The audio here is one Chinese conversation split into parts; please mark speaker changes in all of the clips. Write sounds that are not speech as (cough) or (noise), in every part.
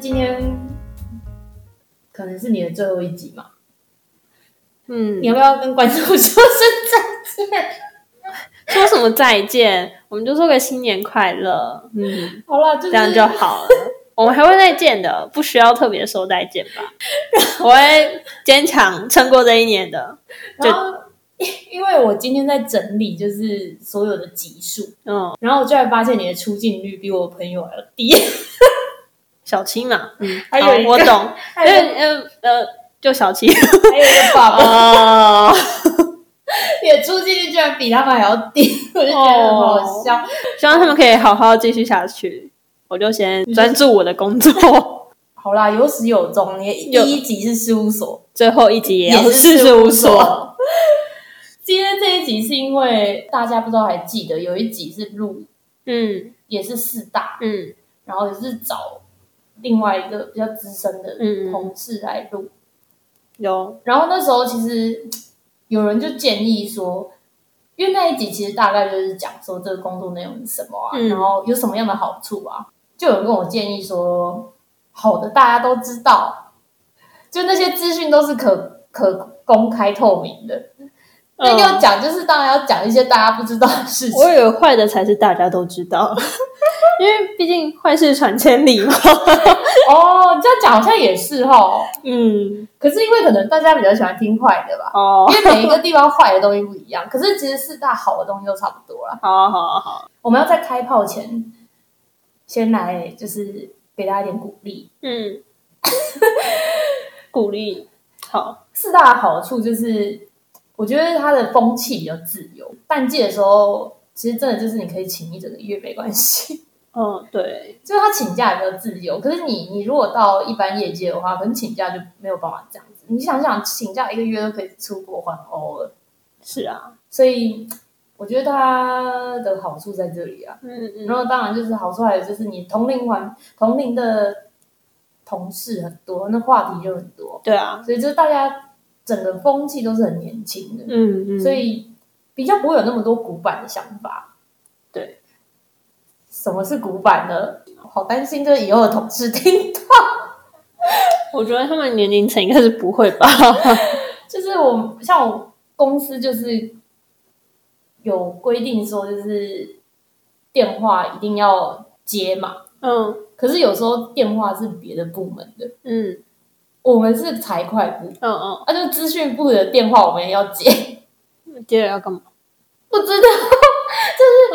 Speaker 1: 今天可能是你的最后一集嘛，
Speaker 2: 嗯
Speaker 1: 你，要不要跟观众说声再见？
Speaker 2: 说什么再见，我们就说个新年快乐，嗯，
Speaker 1: 好了，就是
Speaker 2: 这样就好 (laughs) 了。我们还会再见的，不需要特别说再见 (laughs) 吧。我会坚强撑过这一年的。
Speaker 1: 然后。 (laughs) 因为我今天在整理，就是所有的集数，
Speaker 2: 嗯，
Speaker 1: 然后我居然发现你的出镜率比我朋友还要
Speaker 2: (laughs)
Speaker 1: 低，
Speaker 2: 小七嘛，嗯，
Speaker 1: 还有
Speaker 2: 好
Speaker 1: 一个
Speaker 2: 我懂，因
Speaker 1: (laughs) 还有
Speaker 2: 为呃呃，就小七
Speaker 1: 还有一
Speaker 2: (laughs)
Speaker 1: 个宝宝，
Speaker 2: 哦，
Speaker 1: 你的出镜率居然比他们还要低，我就觉得很好笑。
Speaker 2: (laughs) 希望他们可以好好继续下去。我就先专注我的工 (laughs) 作，
Speaker 1: 好啦，有始有终。你的第一集是事务所，
Speaker 2: 最后一集也
Speaker 1: 也
Speaker 2: 要
Speaker 1: 是
Speaker 2: 事
Speaker 1: 事
Speaker 2: 务
Speaker 1: 务
Speaker 2: 所。
Speaker 1: 所。今天这一集是因为大家不知道还记得有一集是录，
Speaker 2: 嗯
Speaker 1: 也是四大，
Speaker 2: 嗯
Speaker 1: 然后也是找另外一个比较资深的
Speaker 2: 嗯嗯，
Speaker 1: 同事来录。
Speaker 2: 有
Speaker 1: 然后那时候其实有人就建议说，因为那一集其实大概就是讲说这个工作内容是什么啊，
Speaker 2: 嗯
Speaker 1: 然后有什么样的好处啊，就有人跟我建议说，好的大家都知道，就那些资讯都是可可公开透明的。那
Speaker 2: 嗯
Speaker 1: 要讲就是当然要讲一些大家不知道的事情
Speaker 2: 我，以为坏的才是大家都知道，因为毕竟坏事传千里嘛。
Speaker 1: 哦，这样讲好像也是哦。
Speaker 2: 嗯，
Speaker 1: 可是因为可能大家比较喜欢听坏的吧，
Speaker 2: 哦，
Speaker 1: 因为每一个地方坏的东西不一样，可是其实四大好的东西都差不多啦。
Speaker 2: 好啊好啊好啊，
Speaker 1: 我们要在开炮前，先来就是给大家一点鼓励。
Speaker 2: 嗯，鼓励，好，
Speaker 1: 四大的好处就是，我觉得它的风气比较自由。淡季的时候，其实真的就是你可以请一整个月没关系， (laughs)
Speaker 2: 嗯，对，
Speaker 1: 就是他请假也比较自由。可是你你如果到一般业界的话，可能请假就没有办法这样子。你想想，请假一个月都可以出国环欧了，
Speaker 2: 是啊，
Speaker 1: 所以我觉得它的好处在这里啊。
Speaker 2: 嗯
Speaker 1: 然
Speaker 2: 嗯，
Speaker 1: 后当然就是好处还有就是你同龄玩同龄的同事很多，那话题就很多，
Speaker 2: 对啊，
Speaker 1: 所以就是大家整个风气都是很年轻的，
Speaker 2: 嗯嗯，
Speaker 1: 所以比较不会有那么多古板的想法。
Speaker 2: 对，
Speaker 1: 什么是古板呢？好担心这以后的同事听到， (laughs)
Speaker 2: 我觉得他们年龄层应该是不会吧？
Speaker 1: 就是我像我公司就是有规定说，就是电话一定要接嘛，
Speaker 2: 嗯
Speaker 1: 可是有时候电话是别的部门的。
Speaker 2: 嗯
Speaker 1: 我们是财会部，
Speaker 2: 嗯
Speaker 1: 啊，就资讯部的电话我们也要接， (laughs)
Speaker 2: 嗯，接着要干嘛？
Speaker 1: 不知道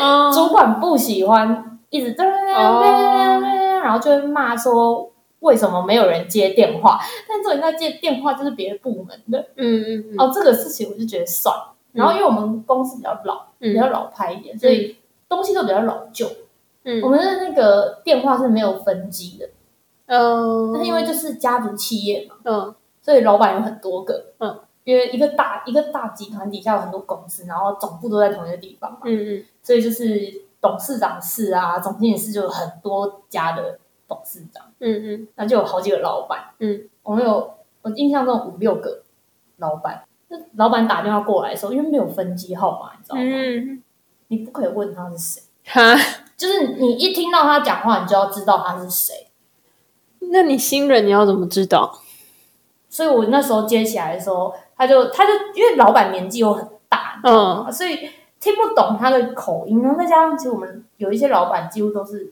Speaker 2: 嗯，
Speaker 1: 主管不喜欢一直哒哒哒
Speaker 2: 哦
Speaker 1: 哒哒哒然后就会骂说为什么没有人接电话，但这种在接电话就是别的部门的
Speaker 2: 嗯嗯嗯，
Speaker 1: 哦，这个事情我就觉得算了。然后因为我们公司比较老，比较
Speaker 2: 嗯
Speaker 1: 老派一点，所以东西都比较老旧。我
Speaker 2: 嗯
Speaker 1: 们的那个电话是没有分机的，
Speaker 2: 嗯，
Speaker 1: 那是因为就是家族企业嘛，
Speaker 2: 嗯
Speaker 1: 所以老板有很多个，
Speaker 2: 嗯，
Speaker 1: 因为一个大一个大集团底下有很多公司，然后总部都在同一个地方嘛，
Speaker 2: 嗯嗯
Speaker 1: 所以就是董事长室啊、总经理室就有很多家的董事长，
Speaker 2: 嗯嗯
Speaker 1: 那就有好几个老板。
Speaker 2: 嗯，
Speaker 1: 我们有我印象中有五六个老板。那老板打电话过来的时候，因为没有分机号码，你知道吗？
Speaker 2: 嗯，
Speaker 1: 你不可以问他是谁，
Speaker 2: 哈。
Speaker 1: 就是你一听到他讲话，你就要知道他是谁。
Speaker 2: 那你新人你要怎么知道？
Speaker 1: 所以我那时候接起来的时候，他就他就因为老板年纪又很大，
Speaker 2: 嗯
Speaker 1: 所以听不懂他的口音，然后再加上其实我们有一些老板几乎都是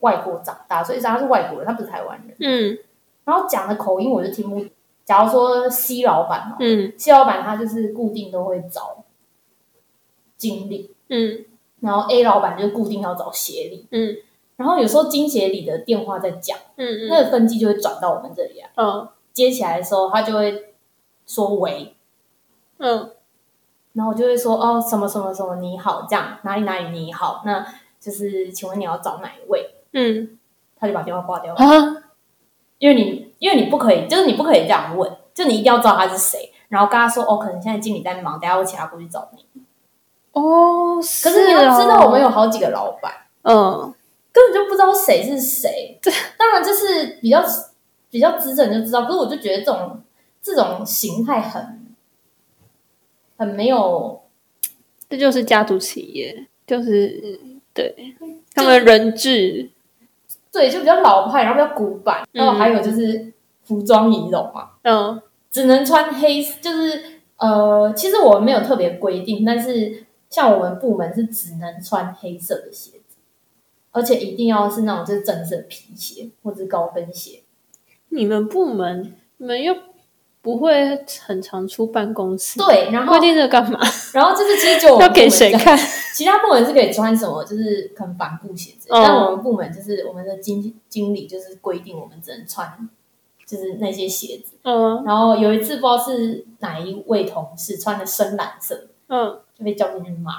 Speaker 1: 外国长大，所以他是外国人，他不是台湾人，
Speaker 2: 嗯
Speaker 1: 然后讲的口音我就听不懂。假如说 C 老板哦、
Speaker 2: 嗯
Speaker 1: c 老板他就是固定都会找经理，
Speaker 2: 嗯
Speaker 1: 然后 A 老板就是固定要找协理，
Speaker 2: 嗯
Speaker 1: 然后有时候经协理的电话在讲，
Speaker 2: 嗯
Speaker 1: 那个呃分机就会转到我们这里来，啊
Speaker 2: 嗯
Speaker 1: 接起来的时候他就会说喂，
Speaker 2: 嗯
Speaker 1: 然后我就会说哦什么什么什么你好这样哪里哪里你好，那就是请问你要找哪一位？
Speaker 2: 嗯
Speaker 1: 他就把电话挂掉了，
Speaker 2: 啊
Speaker 1: 因为你因为你不可以，就是你不可以这样问，就你一定要知道他是谁，然后跟他说哦，可能现在经理在忙，等一下我请他过去找你。
Speaker 2: 哦，
Speaker 1: 可是哦你要知道，我们有好几个老板，
Speaker 2: 嗯
Speaker 1: 根本就不知道谁是谁。当然这是比较比较资深就知道，可是我就觉得这种这种形态很很没有
Speaker 2: 这就是家族企业，就是嗯对他们人质
Speaker 1: 对，就比较老派，然后比较古板，然后还有就是服装仪容嘛，
Speaker 2: 嗯
Speaker 1: 只能穿黑，就是呃，其实我们没有特别规定，但是像我们部门是只能穿黑色的鞋子，而且一定要是那种就是正色皮鞋或者高跟鞋。
Speaker 2: 你们部门你们又不会很常出办公室，
Speaker 1: 对，然后
Speaker 2: 规定这个干嘛？
Speaker 1: 然后就是其实就我们
Speaker 2: 要
Speaker 1: 部门
Speaker 2: 给谁
Speaker 1: 这样
Speaker 2: 看？
Speaker 1: 其他部门是可以穿什么，就是可能帆布鞋子，
Speaker 2: 嗯
Speaker 1: 但我们部门就是我们的经经理就是规定我们只能穿就是那些鞋子。
Speaker 2: 嗯
Speaker 1: 然后有一次不知道是哪一位同事穿的深蓝色，
Speaker 2: 嗯，
Speaker 1: 就被叫进去骂。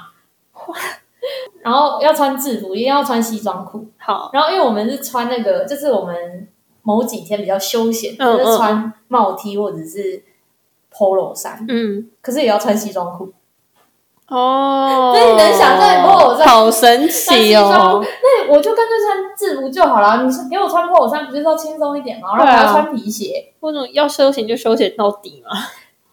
Speaker 1: 然后要穿制服，一定要穿西装裤。
Speaker 2: 好，
Speaker 1: 然后因为我们是穿那个，就是我们某几天比较休闲，
Speaker 2: 嗯
Speaker 1: 就是穿帽 T 或者是 polo 衫，
Speaker 2: 嗯
Speaker 1: 可是也要穿西装裤。
Speaker 2: 哦，
Speaker 1: 所以你能想象如果我在
Speaker 2: 好神
Speaker 1: 穿西
Speaker 2: 奇
Speaker 1: 装，
Speaker 2: 哦，
Speaker 1: 那我就干脆穿制服就好了。你说给我穿 polo 衫，不就是要轻松一点吗？然后还
Speaker 2: 对
Speaker 1: 要
Speaker 2: 啊
Speaker 1: 穿皮鞋。
Speaker 2: 我怎么要休闲就休闲到底嘛？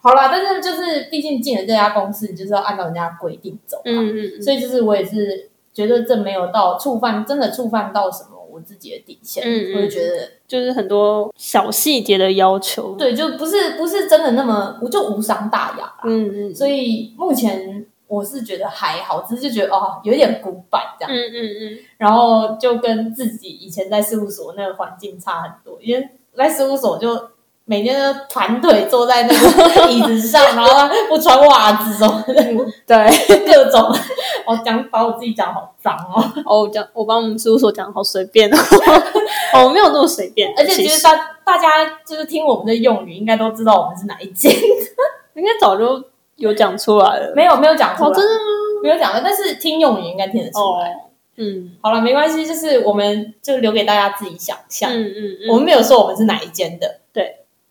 Speaker 1: 好啦，但是就是毕竟进了这家公司，你就是要按照人家规定走嘛。
Speaker 2: 嗯嗯嗯
Speaker 1: 所以就是我也是觉得这没有到触犯，真的触犯到什么我自己的底线，
Speaker 2: 嗯嗯
Speaker 1: 我就觉得
Speaker 2: 就是很多小细节的要求。
Speaker 1: 对，就不是不是真的那么，我就无伤大雅啦。
Speaker 2: 嗯嗯
Speaker 1: 所以目前我是觉得还好，只是就觉得哦有点古板这样，
Speaker 2: 嗯嗯嗯，
Speaker 1: 然后就跟自己以前在事务所那个环境差很多，因为在事务所就。每天都盘腿坐在那
Speaker 2: (laughs)
Speaker 1: 个椅子上，然后不穿袜子什么的，
Speaker 2: 对。
Speaker 1: 各种， (laughs) 我、讲把我自己讲好脏哦。
Speaker 2: 哦，我讲我帮我们事务所讲得好随便 (laughs) 哦，我没有那么随便，
Speaker 1: (laughs) 而且
Speaker 2: 其
Speaker 1: 其
Speaker 2: 实
Speaker 1: 实大大家就是听我们的用语，应该都知道我们是哪一间。 (laughs)
Speaker 2: 应该早就有讲出来了。
Speaker 1: 没有没有讲出来，
Speaker 2: 哦，真的吗？
Speaker 1: 没有讲的，但是听用语应该听得出来。
Speaker 2: 哦，嗯
Speaker 1: 好了，没关系，就是我们就留给大家自己想象。
Speaker 2: 嗯嗯
Speaker 1: 我
Speaker 2: 嗯，
Speaker 1: 们没有说我们是哪一间的，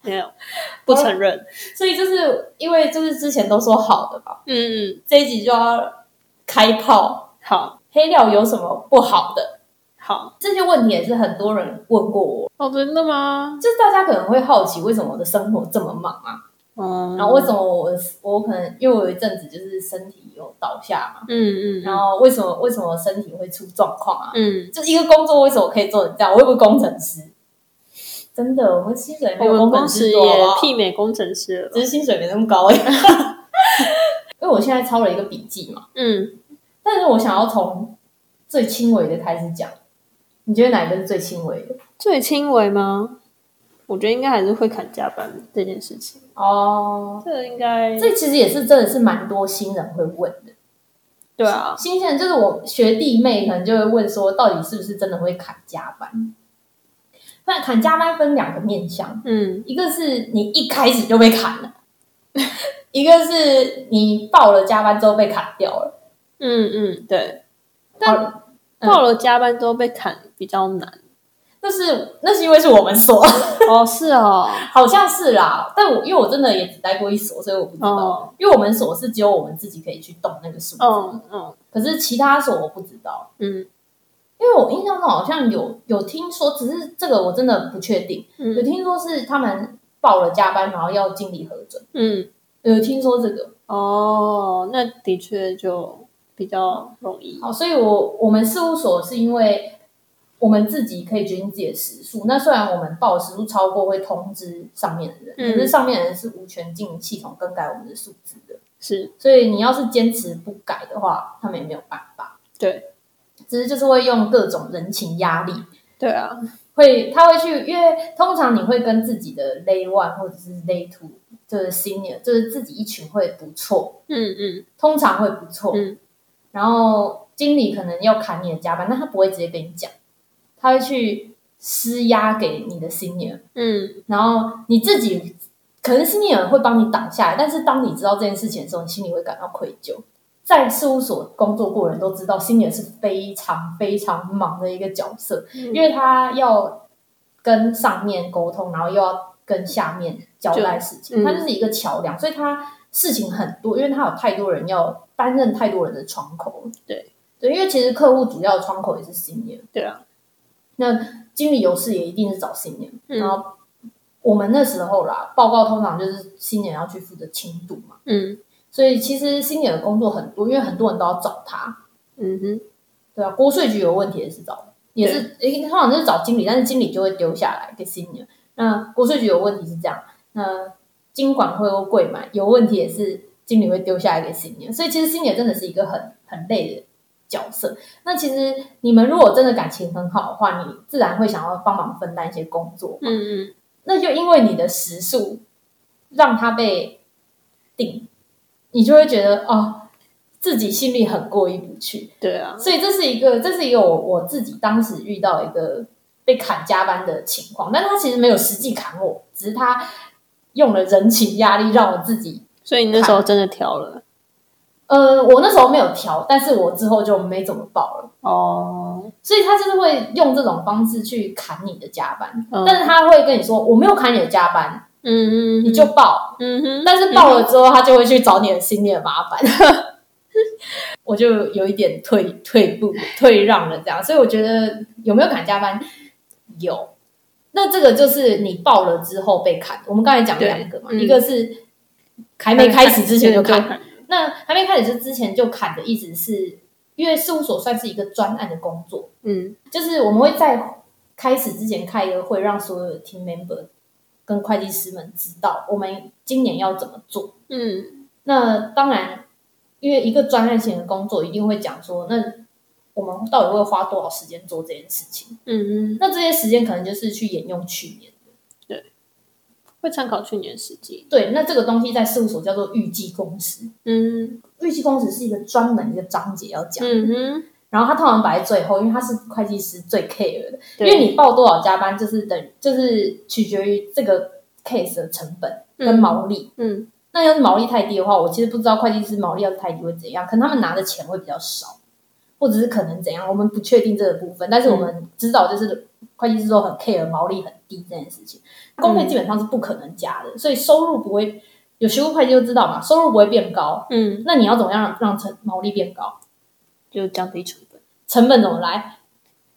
Speaker 2: 没有不承认。
Speaker 1: 所以就是因为就是之前都说好的吧，
Speaker 2: 嗯嗯，
Speaker 1: 这一集就要开炮。
Speaker 2: 好
Speaker 1: 黑料有什么不好的？
Speaker 2: 好
Speaker 1: 这些问题也是很多人问过我，
Speaker 2: 哦，真的吗？
Speaker 1: 就是大家可能会好奇，为什么我的生活这么忙啊？
Speaker 2: 嗯，
Speaker 1: 然后为什么我我可能因为我有一阵子就是身体有倒下嘛，
Speaker 2: 嗯嗯
Speaker 1: 然
Speaker 2: 嗯
Speaker 1: 后为什么为什么身体会出状况啊？
Speaker 2: 嗯，
Speaker 1: 就一个工作为什么可以做成这样？我又不是工程师，真的，我们薪水没有
Speaker 2: 我们
Speaker 1: 程
Speaker 2: 工
Speaker 1: 师
Speaker 2: 时
Speaker 1: 多
Speaker 2: 也
Speaker 1: 啊，
Speaker 2: 媲美工程师了
Speaker 1: 只。是薪水没那么高而已。 (laughs) 因为我现在抄了一个笔记嘛，
Speaker 2: 嗯，
Speaker 1: 但是我想要从最轻微的开始讲。你觉得哪一个是最轻微的？
Speaker 2: 最轻微吗？我觉得应该还是会砍加班这件事情，
Speaker 1: 哦，
Speaker 2: 这个应该
Speaker 1: 这其实也是真的是蛮多新人会问的。
Speaker 2: 对啊，
Speaker 1: 新鲜人就是我学弟妹可能就会问说，到底是不是真的会砍加班？那砍加班分两个面向，
Speaker 2: 嗯
Speaker 1: 一个是你一开始就被砍了， (laughs) 一个是你报了加班之后被砍掉了。
Speaker 2: 嗯嗯，对。但
Speaker 1: 但嗯
Speaker 2: 到了加班之后被砍比较难。
Speaker 1: 那是那是因为是我们所，
Speaker 2: 哦，是哦，
Speaker 1: (laughs) 好像是啦。但我因为我真的也只待过一所，所以我不知道。
Speaker 2: 哦
Speaker 1: 因为我们所是只有我们自己可以去动那个数字，
Speaker 2: 嗯嗯
Speaker 1: 可是其他所我不知道。
Speaker 2: 嗯
Speaker 1: 因为我印象中好像有有听说，只是这个我真的不确定。有
Speaker 2: 嗯
Speaker 1: 听说是他们报了加班，然后要经理核准。
Speaker 2: 嗯，
Speaker 1: 有听说这个，
Speaker 2: 哦，那的确就比较容易。
Speaker 1: 哦好，所以我我们事务所是因为我们自己可以决定自己的时数。那虽然我们报时数超过会通知上面的人，
Speaker 2: 嗯
Speaker 1: 可是上面的人是无权进系统更改我们的数字的。
Speaker 2: 是，
Speaker 1: 所以你要是坚持不改的话，他们也没有办法。
Speaker 2: 对
Speaker 1: 只是就是会用各种人情压力，
Speaker 2: 对啊，
Speaker 1: 会他会去，因为通常你会跟自己的 lay one 或者是 lay two，就是 senior，就是自己一群会不错，
Speaker 2: 嗯嗯
Speaker 1: 通常会不错。
Speaker 2: 嗯
Speaker 1: 然后经理可能要砍你的加班，但他不会直接跟你讲，他会去施压给你的 senior，
Speaker 2: 嗯
Speaker 1: 然后你自己可能 senior 会帮你挡下来，但是当你知道这件事情的时候，你心里会感到愧疚。在事务所工作过的人都知道，senior 是非常非常忙的一个角色，
Speaker 2: 嗯，
Speaker 1: 因为他要跟上面沟通，然后又要跟下面交代事情，
Speaker 2: 就嗯
Speaker 1: 他就是一个桥梁，所以他事情很多，因为他有太多人要担任太多人的窗口。
Speaker 2: 对
Speaker 1: 对，因为其实客户主要的窗口也是新年，
Speaker 2: 对啊，
Speaker 1: 那经理有事也一定是找新年，
Speaker 2: 嗯
Speaker 1: 然后。我们那时候啦，报告通常就是新年要去负责轻度嘛，
Speaker 2: 嗯
Speaker 1: 所以其实新年的工作很多，因为很多人都要找他，
Speaker 2: 嗯哼，
Speaker 1: 对啊，国税局有问题也是找也是诶通常就是找经理，但是经理就会丢下来给 senior。那国税局有问题是这样，那经管会或柜买有问题也是经理会丢下来给 senior，所以其实 senior 真的是一个很很累的角色。那其实你们如果真的感情很好的话，你自然会想要帮忙分担一些工作。
Speaker 2: 嗯嗯，
Speaker 1: 那就因为你的时速让他被定，你就会觉得哦，自己心里很过意不去。
Speaker 2: 对啊，
Speaker 1: 所以这是一个，这是一个我我自己当时遇到一个被砍加班的情况，但他其实没有实际砍我，只是他用了人情压力让我自己。
Speaker 2: 所以你那时候真的调了
Speaker 1: 呃，我那时候没有调，但是我之后就没怎么报了，
Speaker 2: 哦，
Speaker 1: 所以他就是会用这种方式去砍你的加班，
Speaker 2: 嗯
Speaker 1: 但是他会跟你说我没有砍你的加班，
Speaker 2: 嗯嗯，
Speaker 1: 你就报，
Speaker 2: 嗯哼，
Speaker 1: 但是报了之后，他就会去找你的心里的麻烦。 (laughs) 我就有一点退退步、退让了，这样。所以我觉得有没有砍加班，有。那这个就是你报了之后被砍。我们刚才讲两个嘛，
Speaker 2: 对嗯
Speaker 1: 一个是还没开始之前就砍，
Speaker 2: 看，
Speaker 1: 那还没开始之前就砍的意思是，因为事务所算是一个专案的工作，
Speaker 2: 嗯
Speaker 1: 就是我们会在开始之前开一个会，让所有的 team member 跟会计师们知道我们今年要怎么做。
Speaker 2: 嗯
Speaker 1: 那当然，因为一个专案型的工作，一定会讲说，那我们到底会花多少时间做这件事情？
Speaker 2: 嗯嗯，
Speaker 1: 那这些时间可能就是去沿用去年。
Speaker 2: 会参考去年实际，
Speaker 1: 对，那这个东西在事务所叫做预计工时，
Speaker 2: 嗯
Speaker 1: 预计工时是一个专门一个章节要讲，
Speaker 2: 嗯哼，
Speaker 1: 然后它通常摆在最后，因为它是会计师最 care 的。因
Speaker 2: 对嗯
Speaker 1: 为你报多少加班，就是等于就是取决于这个 case 的成本跟
Speaker 2: 嗯
Speaker 1: 毛利。
Speaker 2: 嗯
Speaker 1: 那要是毛利太低的话，我其实不知道会计师毛利要是太低会怎样，可能他们拿的钱会比较少，或者是可能怎样，我们不确定这个部分。但是我们知道，就是会计师都很 care 毛利很低这件事情，工费基本上是不可能加的，所以收入不会有学过会计就知道嘛，收入不会变高。
Speaker 2: 嗯，
Speaker 1: 那你要怎么样让让成毛利变高？
Speaker 2: 就降低成本，
Speaker 1: 成本怎么来？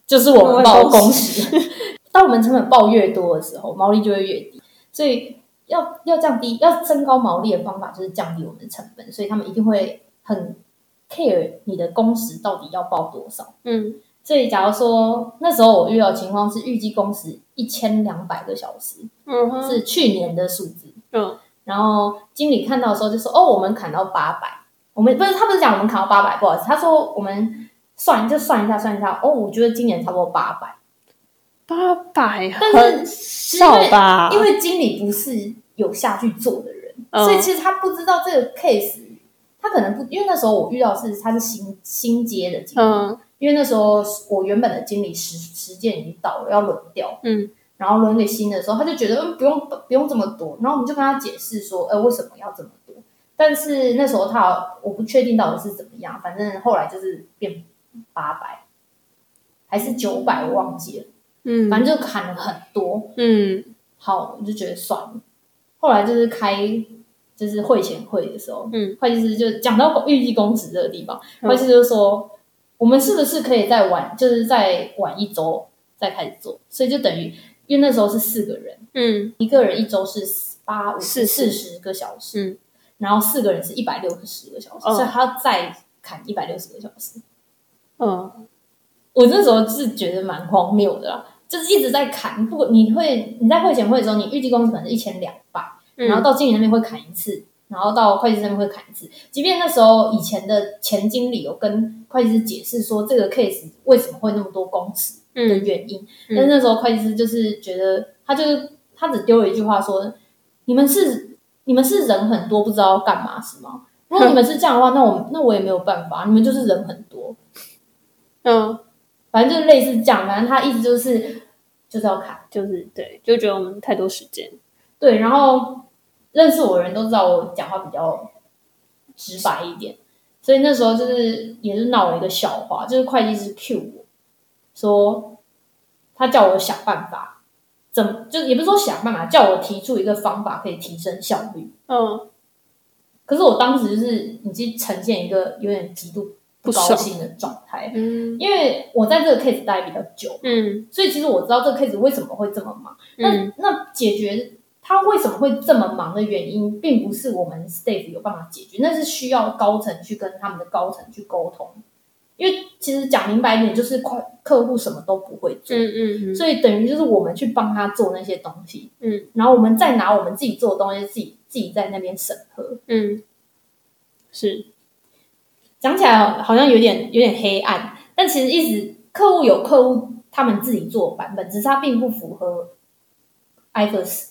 Speaker 1: 就是我们报工时。 (laughs) 当我们成本报越多的时候，毛利就会越低。所以要要降低，要增高毛利的方法就是降低我们的成本。所以他们一定会很 care 你的工时到底要报多少。
Speaker 2: 嗯
Speaker 1: 所以假如说那时候我遇到的情况是预计工时一千两百个小时，
Speaker 2: 嗯哼，
Speaker 1: 是去年的数字。
Speaker 2: 嗯
Speaker 1: 然后经理看到的时候就说：“哦，我们砍到八百，我们不是他不是讲我们砍到八百，不好意思，他说我们算就算一下算一下，哦，我觉得今年差不多八百，
Speaker 2: 八百
Speaker 1: 但
Speaker 2: 很
Speaker 1: 是因为
Speaker 2: 少吧？
Speaker 1: 因为经理不是有下去做的人，
Speaker 2: 啊嗯
Speaker 1: 所以其实他不知道这个 case，他可能不因为那时候我遇到是他是新新接的经理，
Speaker 2: 嗯
Speaker 1: 因为那时候我原本的经理时时间已经到了要轮调，
Speaker 2: 嗯
Speaker 1: 然后轮给新的时候，他就觉得嗯不用不用这么多，然后我们就跟他解释说，呃为什么要这么多？但是那时候他我不确定到底是怎么样，反正后来就是变八百还是九百，我忘记了，
Speaker 2: 嗯，
Speaker 1: 反正就砍了很多。
Speaker 2: 嗯
Speaker 1: 好，我就觉得算了。后来就是开就是会前会的时候，
Speaker 2: 嗯，
Speaker 1: 会计师就讲到预计工时这个地方，
Speaker 2: 嗯
Speaker 1: 会计师就说，我们是不是可以再晚，就是再晚一周再开始做？所以就等于，因为那时候是四个人，
Speaker 2: 嗯
Speaker 1: 一个人一周是八五
Speaker 2: 四十
Speaker 1: 四十个小时，
Speaker 2: 嗯
Speaker 1: 然后四个人是一百六十个小时，
Speaker 2: 嗯
Speaker 1: 所以他要再砍一百六十个小时。
Speaker 2: 嗯
Speaker 1: 我那时候是觉得蛮荒谬的啦，就是一直在砍，不，你会你在会前会的时候，你预计工资可能是一千两百。
Speaker 2: 嗯，
Speaker 1: 然后到经理那边会砍一次，然后到会计师那边会砍一次。即便那时候以前的前经理有跟会计师解释说这个 case 为什么会那么多工时的
Speaker 2: 嗯
Speaker 1: 原因，
Speaker 2: 嗯
Speaker 1: 但是那时候会计师就是觉得他就是他只丢了一句话说：“你们是你们是人很多，不知道要干嘛是吗？如果你们是这样的话，那我那我也没有办法，你们就是人很多，
Speaker 2: 嗯，
Speaker 1: 反正就是类似这样，反正他意思就是就是要砍。”
Speaker 2: 就是对，就觉得我们太多时间，
Speaker 1: 对，然后认识我的人都知道我讲话比较直白一点，所以那时候就是也是闹了一个笑话，就是会计师 Q 我说他叫我想办法，怎么就也不是说想办法，叫我提出一个方法可以提升效率。
Speaker 2: 嗯
Speaker 1: 可是我当时就是已经呈现一个有点极度不高兴的状态，
Speaker 2: 嗯
Speaker 1: 因为我在这个 case 待比较久，
Speaker 2: 嗯
Speaker 1: 所以其实我知道这个 case 为什么会这么忙。
Speaker 2: 嗯
Speaker 1: 那那解决他为什么会这么忙的原因，并不是我们 staff 有办法解决，那是需要高层去跟他们的高层去沟通，因为其实讲明白一点，就是客客户什么都不会做，
Speaker 2: 嗯嗯嗯
Speaker 1: 所以等于就是我们去帮他做那些东西，
Speaker 2: 嗯，
Speaker 1: 然后我们再拿我们自己做的东西，自己自己在那边审核。
Speaker 2: 嗯，是，
Speaker 1: 讲起来好像有点有点黑暗，但其实一直客户有客户他们自己做的版本，只是它并不符合 IFRS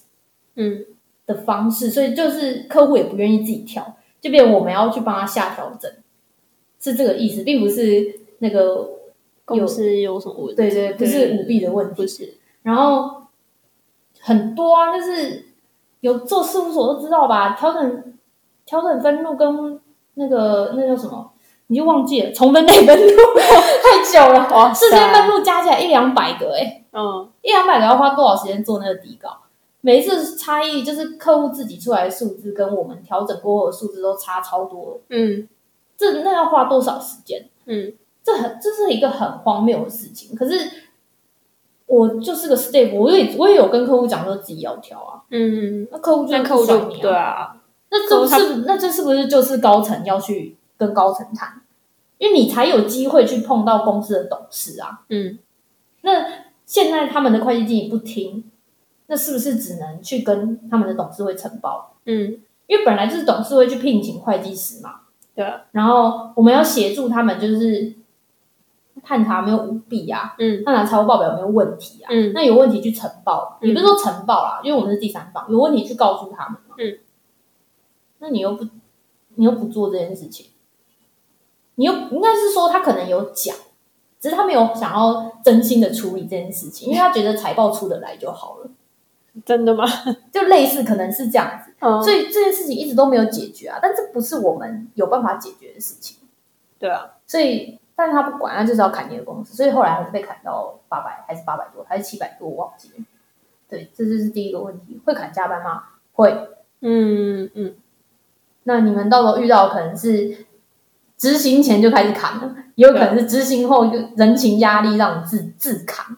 Speaker 2: 嗯
Speaker 1: 的方式，所以就是客户也不愿意自己调，就变成我们要去帮他下调整，是这个意思，并不是那个
Speaker 2: 公司有什么问题？
Speaker 1: 对对，不是舞弊的问题，
Speaker 2: 不是，
Speaker 1: 然后很多啊，就是有做事务所都知道吧，调整调整分录跟那个那叫什么，你就忘记了重分类分录 (laughs) 太久了，
Speaker 2: 哇
Speaker 1: 这些分录加起来一两百个、欸，
Speaker 2: 嗯
Speaker 1: 一两百个要花多少时间做那个底稿？每一次差异就是客户自己出来的数字跟我们调整过后的数字都差超多了，
Speaker 2: 嗯
Speaker 1: 这那要花多少时间？
Speaker 2: 嗯
Speaker 1: 这很这是一个很荒谬的事情。可是我就是个 step，我也我也有跟客户讲说自己要调啊，
Speaker 2: 嗯，
Speaker 1: 那客户就
Speaker 2: 那
Speaker 1: 是
Speaker 2: 客户
Speaker 1: 不
Speaker 2: 就
Speaker 1: 爽你
Speaker 2: 对
Speaker 1: 啊，
Speaker 2: 啊，
Speaker 1: 那这不是那这是不是就是高层要去跟高层谈？因为你才有机会去碰到公司的董事啊。
Speaker 2: 嗯
Speaker 1: 那现在他们的会计经理不听，那是不是只能去跟他们的董事会承包？
Speaker 2: 嗯，
Speaker 1: 因为本来就是董事会去聘请会计师嘛，
Speaker 2: 对啊，
Speaker 1: 然后我们要协助他们，就是探查有没有舞弊啊，
Speaker 2: 嗯
Speaker 1: 那拿财务报表有没有问题啊？
Speaker 2: 嗯
Speaker 1: 那有问题去呈报，
Speaker 2: 嗯
Speaker 1: 也不是说呈报啦，因为我们是第三方，有问题去告诉他们嘛。
Speaker 2: 嗯，
Speaker 1: 那你又不，你又不做这件事情，你又应该是说他可能有讲，只是他没有想要真心的处理这件事情，因为他觉得财报出得来就好了，
Speaker 2: 真的吗？
Speaker 1: 就类似可能是这样子，
Speaker 2: 嗯，
Speaker 1: 所以这件事情一直都没有解决啊。但这不是我们有办法解决的事情，
Speaker 2: 对啊，
Speaker 1: 所以。但是他不管，他就是要砍你的工资，所以后来还是被砍到八百，还是八百多，还是七百多，我忘记了。对，这就是第一个问题，会砍加班吗？会。
Speaker 2: 嗯嗯
Speaker 1: 那你们到时候遇到可能是执行前就开始砍了，也有可能是执行后就人情压力让你自自砍。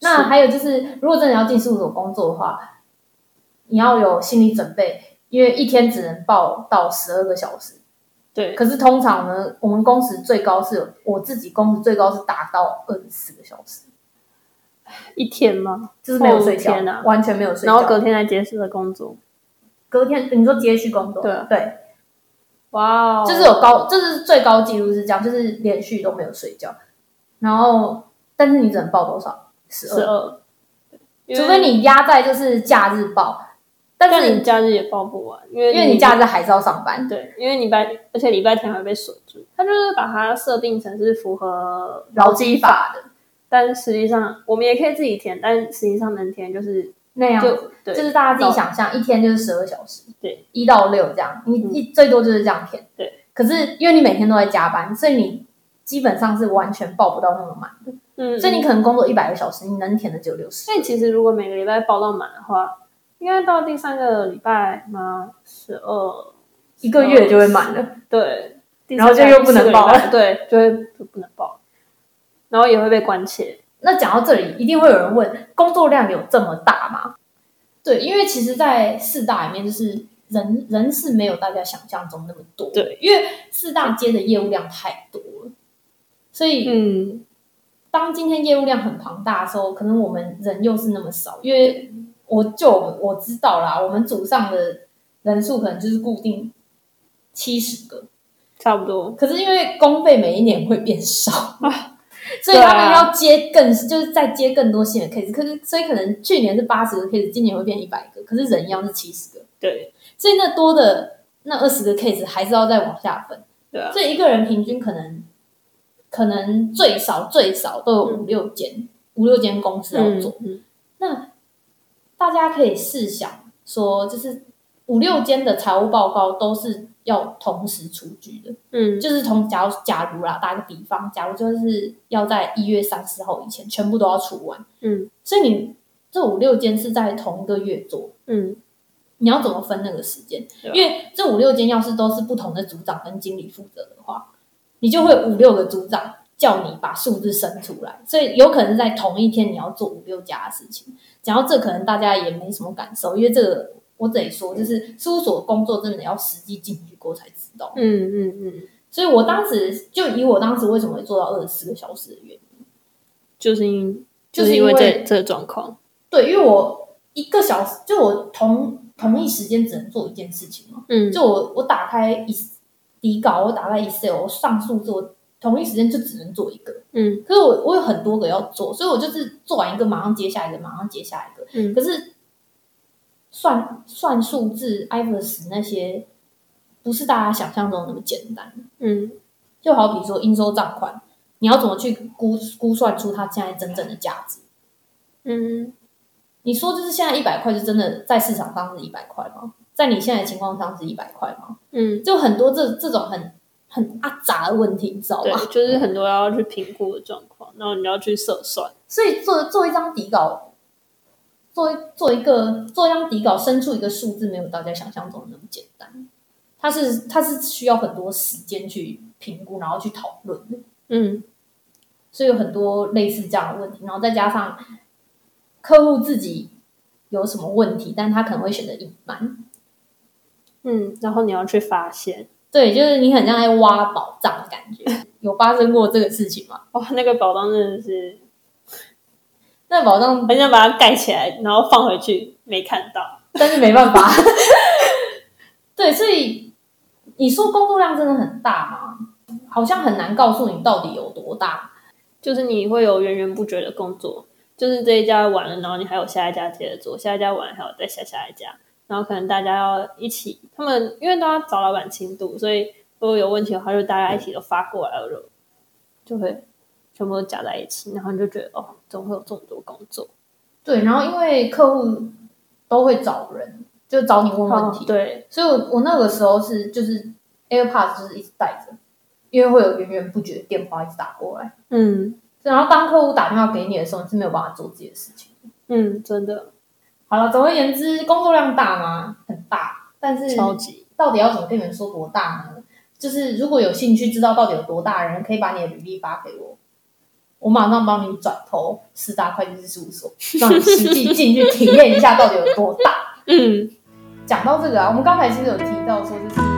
Speaker 1: 那
Speaker 2: 是
Speaker 1: 还有就是，如果真的要进事务所工作的话，你要有心理准备，因为一天只能报到十二个小时。
Speaker 2: 对，
Speaker 1: 可是通常呢，我们工时最高是有我自己工时最高是达到二十四个小时，
Speaker 2: 一天吗？
Speaker 1: 就是没有睡
Speaker 2: 哦
Speaker 1: 觉，
Speaker 2: 天哪
Speaker 1: 完全没有睡觉。
Speaker 2: 然后隔天来结束的工作，
Speaker 1: 隔天你说接续工作，
Speaker 2: 对啊
Speaker 1: 对，
Speaker 2: 哇哦，
Speaker 1: 就是有高，就是最高纪录是这样，就是连续都没有睡觉，然后但是你只能报多少？十
Speaker 2: 十
Speaker 1: 二，
Speaker 2: 二，因为
Speaker 1: 除非你压在就是假日报，但
Speaker 2: 但
Speaker 1: 是
Speaker 2: 你假日也报不完，因为
Speaker 1: 因为你假日还是要上班，
Speaker 2: 对，因为礼拜而且礼拜天还被锁住，他就是把它设定成是符合
Speaker 1: 劳基法的
Speaker 2: 但实际上我们也可以自己填，但实际上能填就是
Speaker 1: 那样子，
Speaker 2: 就对
Speaker 1: 就是大家自己想象，一天就是十二小时，
Speaker 2: 对，
Speaker 1: 一到六这样，你
Speaker 2: 嗯
Speaker 1: 一、最多就是这样填，
Speaker 2: 对。
Speaker 1: 可是因为你每天都在加班，所以你基本上是完全报不到那么满的，
Speaker 2: 嗯，
Speaker 1: 所以你可能工作一百个小时，你能填的只有六十。
Speaker 2: 所以其实如果每个礼拜报到满的话，应该到第三个礼拜吗？十二
Speaker 1: 一个
Speaker 2: 哦
Speaker 1: 月就会满了，
Speaker 2: 对，第
Speaker 1: 然后
Speaker 2: 三个
Speaker 1: 就又不能
Speaker 2: 第四个礼拜
Speaker 1: 报
Speaker 2: 对，就会就不能报，然后也会被关切。
Speaker 1: 那讲到这里，一定会有人问：工作量有这么大吗？对，因为其实，在四大里面，就是人人是没有大家想象中那么多。
Speaker 2: 对，
Speaker 1: 因为四大接的业务量太多了，所以
Speaker 2: 嗯，
Speaker 1: 当今天业务量很庞大的时候，可能我们人又是那么少。因为我就我我知道啦，我们组上的人数可能就是固定七十个，
Speaker 2: 差不多。
Speaker 1: 可是因为公费每一年会变少所以他们要接更，就是再接更多新的 case。可是，所以可能去年是八十个 case，今年会变一百个，可是人一样是七十个，
Speaker 2: 对
Speaker 1: 所以那多的那二十个 case 还是要再往下分。
Speaker 2: 对啊，
Speaker 1: 所以一个人平均可能可能最少最少都有五六间、五六间公司要
Speaker 2: 嗯
Speaker 1: 做。
Speaker 2: 嗯
Speaker 1: 那大家可以试想说，就是五六间的财务报告都是要同时出具的。
Speaker 2: 嗯
Speaker 1: 就是从假如假如啦，打个比方，假如就是要在一月三十号以前全部都要出完，
Speaker 2: 嗯
Speaker 1: 所以你这五六间是在同一个月做，
Speaker 2: 嗯，
Speaker 1: 你要怎么分那个时间？
Speaker 2: 对啊
Speaker 1: 因为这五六间要是都是不同的组长跟经理负责的话，你就会有五六个组长叫你把数字生出来，所以有可能在同一天你要做五六家的事情。讲到这，可能大家也没什么感受，因为这个我得说，就是事务所工作真的要实际进去过才知道。
Speaker 2: 嗯嗯嗯，
Speaker 1: 所以我当时就以我当时为什么会做到二十四个小时的原因，
Speaker 2: 就是因
Speaker 1: 就是
Speaker 2: 是因
Speaker 1: 因为
Speaker 2: 这这个状况，
Speaker 1: 对，因为我一个小时就我同同一时间只能做一件事情嘛，
Speaker 2: 嗯，
Speaker 1: 就我我打开 e 底稿，我打开 Excel，我上述做同一时间就只能做一个，
Speaker 2: 嗯
Speaker 1: 可是我我有很多个要做，所以我就是做完一个马上接下一个，马上接下一个。
Speaker 2: 嗯，
Speaker 1: 可是算算数字、IFRS 那些不是大家想象中那么简单。
Speaker 2: 嗯
Speaker 1: 就好比说应收账款，你要怎么去估估算出它现在真正的价值？
Speaker 2: 嗯，
Speaker 1: 你说就是现在一百块，就真的在市场上是一百块吗？在你现在的情况上是一百块吗？
Speaker 2: 嗯，
Speaker 1: 就很多这这种很很阿杂的问题，你知道
Speaker 2: 对
Speaker 1: 吗？，
Speaker 2: 就是很多要去评估的状况，然后你要去测算，
Speaker 1: 所以做做一张底稿，做一做一个做一张底稿，生出一个数字，没有大家想象中的那么简单。它是它是需要很多时间去评估，然后去讨论的。
Speaker 2: 嗯
Speaker 1: 所以有很多类似这样的问题，然后再加上客户自己有什么问题，但他可能会选择隐瞒。
Speaker 2: 嗯，然后你要去发现，
Speaker 1: 对，就是你很像在挖宝藏的感觉。有发生过这个事情吗？
Speaker 2: 哇，那个宝藏真的是
Speaker 1: 那宝藏，
Speaker 2: 很想把它盖起来，然后放回去，没看到，
Speaker 1: 但是没
Speaker 2: (laughs)
Speaker 1: 办法。对，所以你说工作量真的很大吗？好像很难告诉你到底有多大。
Speaker 2: 就是你会有源源不绝的工作，就是这一家完了，然后你还有下一家接着做，下一家完了还有再下下一家，然后可能大家要一起，他们因为都要找老板轻度，所以如果有问题的话，就大家一起都发过来了，就会全部都夹在一起，然后你就觉得哦，怎么会有这么多工作？
Speaker 1: 对，然后因为客户都会找人，就找你问问题。
Speaker 2: 哦对，
Speaker 1: 所以我我那个时候是就是 AirPods 就是一直带着，因为会有源源不绝的电话一直打过来。
Speaker 2: 嗯
Speaker 1: 然后当客户打电话给你的时候，你是没有办法做自己的事情。
Speaker 2: 嗯，真的
Speaker 1: 好了，总而言之，工作量大吗？很大，但是
Speaker 2: 超级，
Speaker 1: 到底要怎么跟你们说多大呢？就是如果有兴趣知道到底有多大的人，可以把你的履历发给我，我马上帮你转投四大会计师事务所，让你实际进去体验一下到底有多大。
Speaker 2: 嗯。
Speaker 1: 讲到这个啊，我们刚才其实有提到说，就是。